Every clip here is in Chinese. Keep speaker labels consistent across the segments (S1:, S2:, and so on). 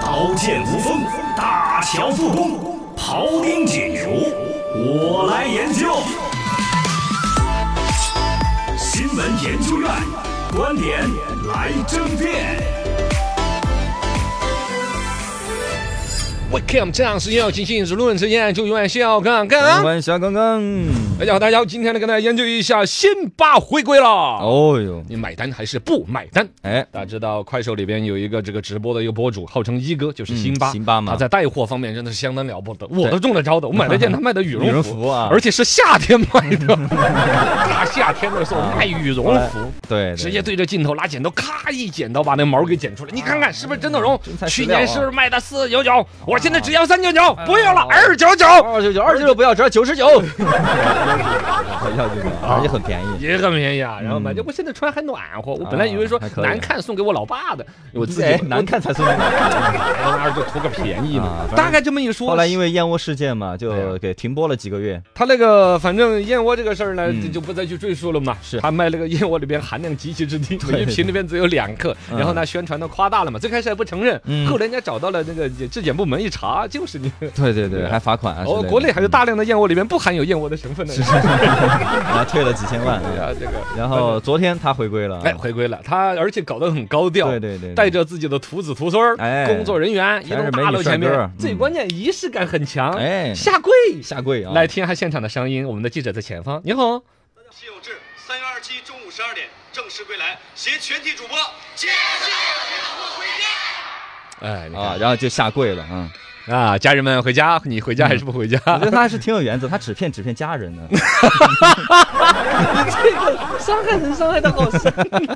S1: 刀剑无锋，大乔复工，庖丁解牛，我来研究。新闻研究院观点来争辩。
S2: Welcome，这样是要进行是论之研究院笑杠
S3: 台
S2: 杠。
S3: 湾小刚刚，
S2: 大哎家好，大家好，今天呢跟大家研究一下辛巴回归了。
S3: 哦哟，
S2: 你买单还是不买单？
S3: 哎，
S2: 大家知道快手里边有一个这个直播的一个博主，号称一哥，就是辛巴。
S3: 嗯辛巴嘛
S2: 他在带货方面真的是相当了不得，我 都中了招的，我买了一件他卖的羽绒
S3: 羽绒服 啊
S2: 而且是夏天买 的，大夏天的时候卖羽绒服。
S3: 对，对
S2: 直接对着镜头拿剪刀，咔一剪刀把那毛给剪出来。你看看是不是真的绒
S3: 真材？实
S2: 去
S3: 料啊哎
S2: 年是卖的四九九，我现在只要三九九，不要了二九九，
S3: 二九九二九九不要，只要九十九，要这个，而且很便 宜。
S2: 也很便宜啊。然后买，我现在穿还暖和。我本来以为说
S3: 嗯啊还可以
S2: 难看送给我老爸的，我自己
S3: 哎，难 看才送你。
S2: 那就图个便宜
S3: 啊
S2: 嘛
S3: 反。正
S2: 大概这么一说，
S3: 后来因为燕窝事件嘛，
S2: 对啊
S3: 就给停播了几个月。
S2: 他那个反正燕窝这个事儿呢，
S3: 嗯
S2: 就就不再去赘述了嘛。
S3: 是
S2: 他卖那个燕窝里边含量极其之低，每
S3: 对
S2: 一瓶里边只有两克，
S3: 嗯
S2: 然后呢宣传的夸大了嘛。最开始还不承认
S3: 嗯，
S2: 后来人家找到了那个质检部门一查，就是你。
S3: 对对
S2: 对
S3: 还罚款 啊之类
S2: 哦，
S3: 的。
S2: 国内还 有大量的燕窝里面不含有燕窝的成分的。是是
S3: 嗯，还退了几千万。对
S2: 啊，这个
S3: 然后昨天他回归了，啊
S2: 哎回归了，他而且搞得很高调。
S3: 对对对，
S2: 带着自己的徒子徒孙儿、
S3: 哎
S2: 工作人员，一
S3: 全是
S2: 栋大楼前
S3: 美女帅哥
S2: 面
S3: 嗯，
S2: 最关键仪式感很强。
S3: 哎
S2: 下跪，
S3: 下跪啊，
S2: 来听一下现场的声音。我们的记者在前方，你好。
S4: 西有志，三月二十七中午十二点正式归来，携全体主播接受我回家。
S2: 哎，你看
S3: 啊，然后就下跪了啊。
S2: 啊，家人们回家，你回家还是不回家？
S3: 我觉得他还是挺有原则，他只骗只骗家 人的。
S2: 这个伤害人伤害的好深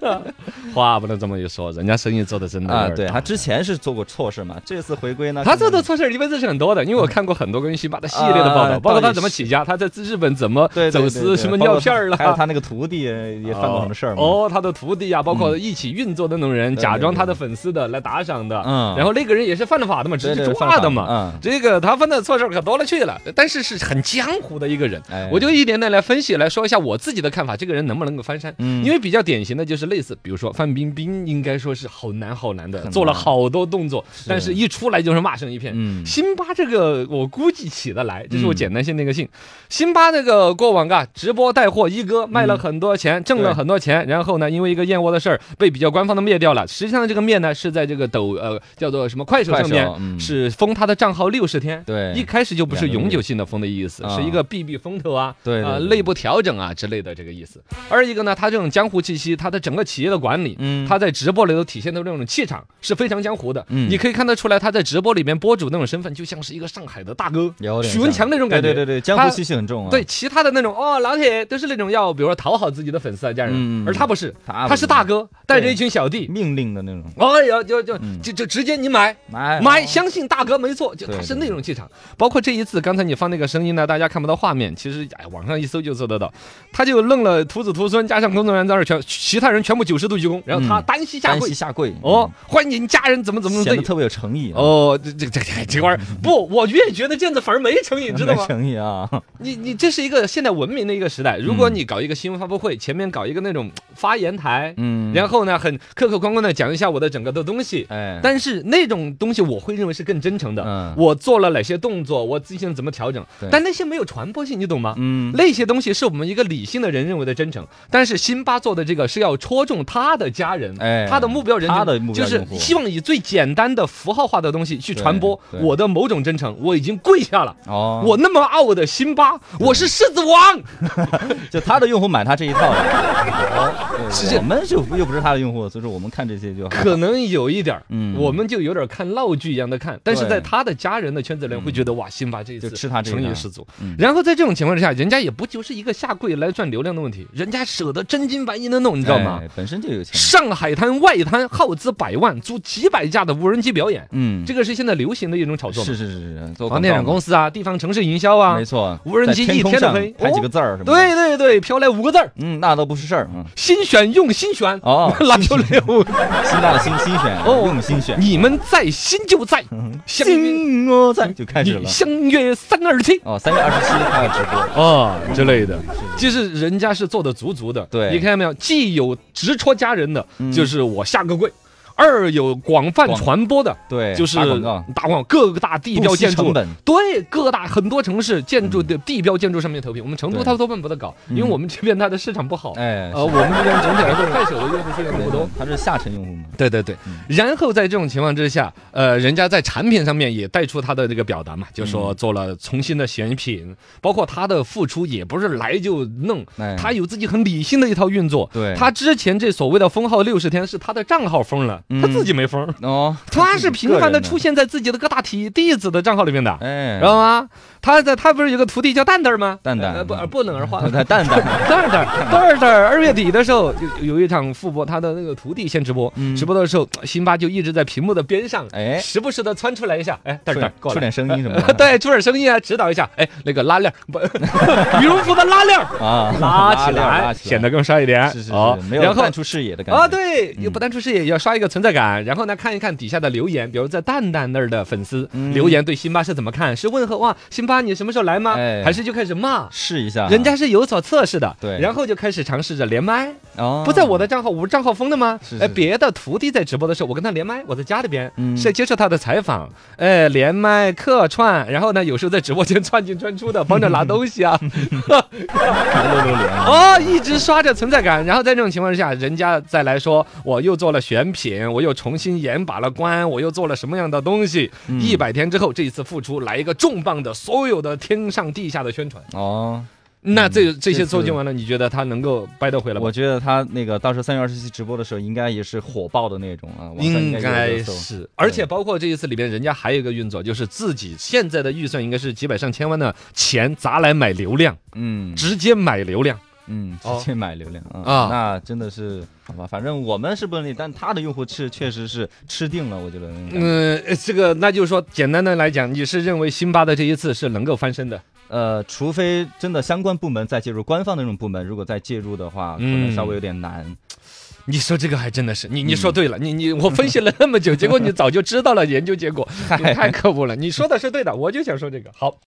S2: 啊！ 话不能这么一说，人家生意做的真的有
S3: 啊，
S2: 点
S3: 对
S2: 大
S3: 他之前是做过错事嘛，这次回归呢，
S2: 他做的错事儿一辈子是很多的，因为我看过很多关于辛巴的系列的报道，
S3: 啊
S2: 包括
S3: 倒
S2: 他
S3: 也
S2: 怎么起家，他在日本怎么
S3: 对对
S2: 走
S3: 对
S2: 私
S3: 对
S2: 什么
S3: 包括
S2: 尿片儿
S3: 还有他
S2: 了。
S3: 那个徒弟也犯过什么事儿嘛？
S2: 哦，他的徒弟啊，包括一起运作的那种人，
S3: 嗯对
S2: 假装
S3: 对对
S2: 他的粉丝的来打赏的，
S3: 嗯
S2: 然后那个人也是犯了法的嘛，直
S3: 对
S2: 接
S3: 对
S2: 抓的
S3: 犯
S2: 嘛
S3: 法嗯，
S2: 这个他犯的错事儿可多了去了，但是是很江湖的一个人
S3: 哎，
S2: 我就一点点来分析来说一下我自己的看法，这个人能不能够翻山？
S3: 嗯
S2: 因为比较典型的就是类似，比如说范冰冰，应该说是好难好难的，
S3: 很
S2: 做了
S3: 难
S2: 好多动作，但是一出来就是骂声一片，
S3: 嗯
S2: 辛巴这个我估计起得来，这是我简单性的一个信。辛巴这个过往啊，直播带货，一哥卖了很多钱，挣了
S3: 对
S2: 很多钱，然后呢，因为一个燕窝的事儿被比较官方的灭掉了。实际上这个灭呢是在这个抖呃叫做什么快手
S3: 快
S2: 上面
S3: 手嗯
S2: 是封他的账号六十天，
S3: 对
S2: 一开始就不是
S3: 两个月
S2: 永久性的封的意思，
S3: 啊
S2: 是一个避避风头啊，
S3: 对对
S2: 啊
S3: 对
S2: 内部调整啊之类的这个意思。二一个呢，他这种江湖气息，他的整个企业的管理，
S3: 嗯
S2: 他在直播里头体现的那种气场是非常江湖的。
S3: 嗯
S2: 你可以看得出来，他在直播里面播主那种身份，就像是一个上海的大哥
S3: 有，点
S2: 许文
S3: 像
S2: 强那种感觉。
S3: 对对对对，江
S2: 他
S3: 湖气息很重啊。
S2: 对，其他的那种哦，老铁都是那种要比如说讨好自己的粉丝啊家人
S3: 嗯，
S2: 而他不是，
S3: 他不
S2: 他是
S3: 是
S2: 大哥，带着
S3: 对
S2: 一群小弟。
S3: 命令的那种，
S2: 哦，要就就
S3: 嗯
S2: 就就直接你买，
S3: 买
S2: 买，相信大哥没错，就
S3: 对
S2: 他是
S3: 对
S2: 那种气场。包括这一次，刚才你放那个声音呢，大家看不到画面，其实哎，网上一搜就搜得到。他就愣了徒子徒孙，加上工作人员在那儿全，其他人全部九十度鞠躬，然后他
S3: 嗯
S2: 单膝下
S3: 单
S2: 跪
S3: 膝，下跪
S2: 哦，，欢迎家人怎么怎么怎
S3: 嗯显得
S2: 么地。
S3: 特别有诚意啊，
S2: 哦，这这这这这玩意 儿不，我越觉得这样子反而没诚意，你知道
S3: 没
S2: 吗？
S3: 诚 意啊，
S2: 你你这是一个现代文明的一个时代，如果你搞一个新闻发布会，前面搞一个那种发言台，
S3: 嗯
S2: 然后呢很客客观观的讲一下我的整个的东西，
S3: 哎，
S2: 但是那种东西我会认为是更真诚的，
S3: 嗯
S2: 我做了哪些动作，我自己怎么调整
S3: 对，
S2: 但那些没有传播性，你懂吗？
S3: 嗯
S2: 那些东西是我们一个理性的人认为的真诚，但是辛巴做的这个是要戳中他的家人，
S3: 哎
S2: 他的目标人群
S3: 他的目标
S2: 就是
S3: 用户
S2: 希望以最简单的符号化的东西去传播
S3: 对对
S2: 我的某种真诚。我已经跪下了，
S3: 哦，
S2: 我那么傲我的辛巴，我是狮子王，
S3: 就他的用户买他这一套 了，哦
S2: 是
S3: 对
S2: 这
S3: 我们就又不是他的用户，所以说我们看这些就还好
S2: 可能有一点儿，
S3: 嗯
S2: 我们就有点看闹剧一样的看，但是
S3: 对
S2: 在他的家人的圈子里会觉得哇，辛巴这一次
S3: 就吃他这一
S2: 诚意
S3: 套
S2: 十足
S3: 嗯。
S2: 然后在这种情况之下，人家也不就是一个下跪来赚流量的问题，人家舍得真金白银的弄，你知道吗
S3: 哎？本身就有钱，
S2: 上海滩、外滩耗资百万，租几百架的无人机表演，
S3: 嗯，
S2: 这个是现在流行的一种炒作嘛
S3: 是。是是是，做
S2: 房地产
S3: 广
S2: 公司啊，地方城市营销啊，
S3: 告没错，
S2: 无人
S3: 在
S2: 机一
S3: 天空
S2: 天的
S3: 上
S2: 飞
S3: 拍几个
S2: 哦
S3: 字儿什么的，
S2: 对对对，飘来五个字儿，
S3: 嗯，那都不是事儿，嗯，
S2: 心选用心选，
S3: 哦
S2: 那就六个。
S3: 新大的新新选，
S2: 哦
S3: 用心选，
S2: 你们在，心就在，相约
S3: 心我在就开始了
S2: 你。相约三二七
S3: 哦，三月二十七他要直播，
S2: 啊之类的，就是人家是做的足足的。
S3: 对
S2: 你看到没有？既有直戳家人的，
S3: 嗯
S2: 就是我下个跪。二有广泛
S3: 广
S2: 传播的，
S3: 对，
S2: 就是
S3: 打广告，
S2: 打广告各个大地
S3: 不
S2: 标
S3: 惜
S2: 建
S3: 成
S2: 筑
S3: 本，嗯
S2: 对各大很多城市建筑的地标建筑上面投屏。我们成都
S3: 对
S2: 它都办不得搞，因为
S3: 嗯
S2: 我们这边它的市场不好。
S3: 哎，
S2: 呃，我们这边整体来说快手的用户数量
S3: 对
S2: 不多
S3: 对。他是下沉用户嘛，
S2: 对对对，然后在这种情况之下，呃，人家在产品上面也带出他的这个表达嘛，就说
S3: 嗯
S2: 做了重新的选品，包括他的付出也不是来就弄
S3: 哎，
S2: 他有自己很理性的一套运作。
S3: 对
S2: 他之前这所谓的封号六十天是他的账号封了，
S3: 嗯
S2: 他自己没封，
S3: 哦，
S2: 他是频繁的出
S3: 现，
S2: 现在自己的各大体弟子的账号里面的，
S3: 哎，
S2: 知道吗？他在他不是有个徒弟叫蛋蛋吗？
S3: 蛋蛋嗯
S2: 呃不呃不冷 而化。
S3: 蛋蛋蛋，
S2: 蛋蛋蛋蛋，二月底的时候有有一场复播，他的那个徒弟先直播，
S3: 嗯
S2: 直播的时候，辛巴就一直在屏幕的边上，
S3: 哎
S2: 时不时的窜出来一下，哎， 蛋蛋
S3: 出
S2: 过
S3: 出
S2: 来。
S3: 点声音什么的，
S2: 对，出点声音啊，指导一下。哎，那个拉链儿不， 羽绒服的拉链儿
S3: 啊，
S2: 拉起
S3: 链
S2: 来，
S3: 拉起来，
S2: 显得更帅一点。
S3: 是是
S2: 哦
S3: 是，没有
S2: 然后
S3: 淡出视野的感觉嗯
S2: 啊，，对，又不单纯是也要刷一个存在感，然后呢，看一看底下的留言，比如在蛋蛋那儿的粉丝
S3: 嗯
S2: 留言对辛巴是怎么看？是问候哇，辛巴你什么时候来吗？
S3: 哎
S2: 还是就开始骂？
S3: 试一下，
S2: 人家是有所测试的，
S3: 对
S2: 然后就开始尝试着连麦，
S3: 哦
S2: 不在我的账号，我账号封的吗
S3: 是？是
S2: 哎，别的徒弟在直播的时候，我跟他连麦，我在家里边
S3: 嗯
S2: 是接受他的采访，哎，连麦客串，然后呢，有时候在直播间串进串出的，帮着拿东西啊，
S3: 露露脸，
S2: 哦，一直刷着存在感，然后在这种情况之下，人家再来说，我又做了选品，我又重新严把了关，我又做了什么样的东西？
S3: 嗯
S2: 一百、天之后，这一次付出来一个重磅的，所有的天上地下的宣传。
S3: 哦，
S2: 那这这
S3: 这
S2: 些
S3: 次
S2: 做尽完了，你觉得他能够掰得回来吗
S3: 我？觉得他那个到时候三月二十七直播的时候，应该也是火爆的那种啊，网上
S2: 应
S3: 该有
S2: 该
S3: 热搜
S2: 是，而且包括这一次里边，人家还有一个运作，就是自己现在的预算应该是几百上千万的钱砸来买流量，
S3: 嗯
S2: 直接买流量。
S3: 嗯，
S2: 哦
S3: 直接买流量啊，
S2: 啊
S3: 那真的是好吧，反正我们是不能理，但他的用户是确实是吃定了，我觉得那种感觉
S2: 嗯，呃这个那就是说，简单的来讲，你是认为辛巴的这一次是能够翻身的？
S3: 呃，除非真的相关部门再介入，官方的那种部门如果再介入的话，可能稍微有点难。
S2: 你说这个还真的是，你你说对了，你你我分析了 那么久，结果你早就知道了研究结果，你太可恶了。你说的是对的，我就想说这个好。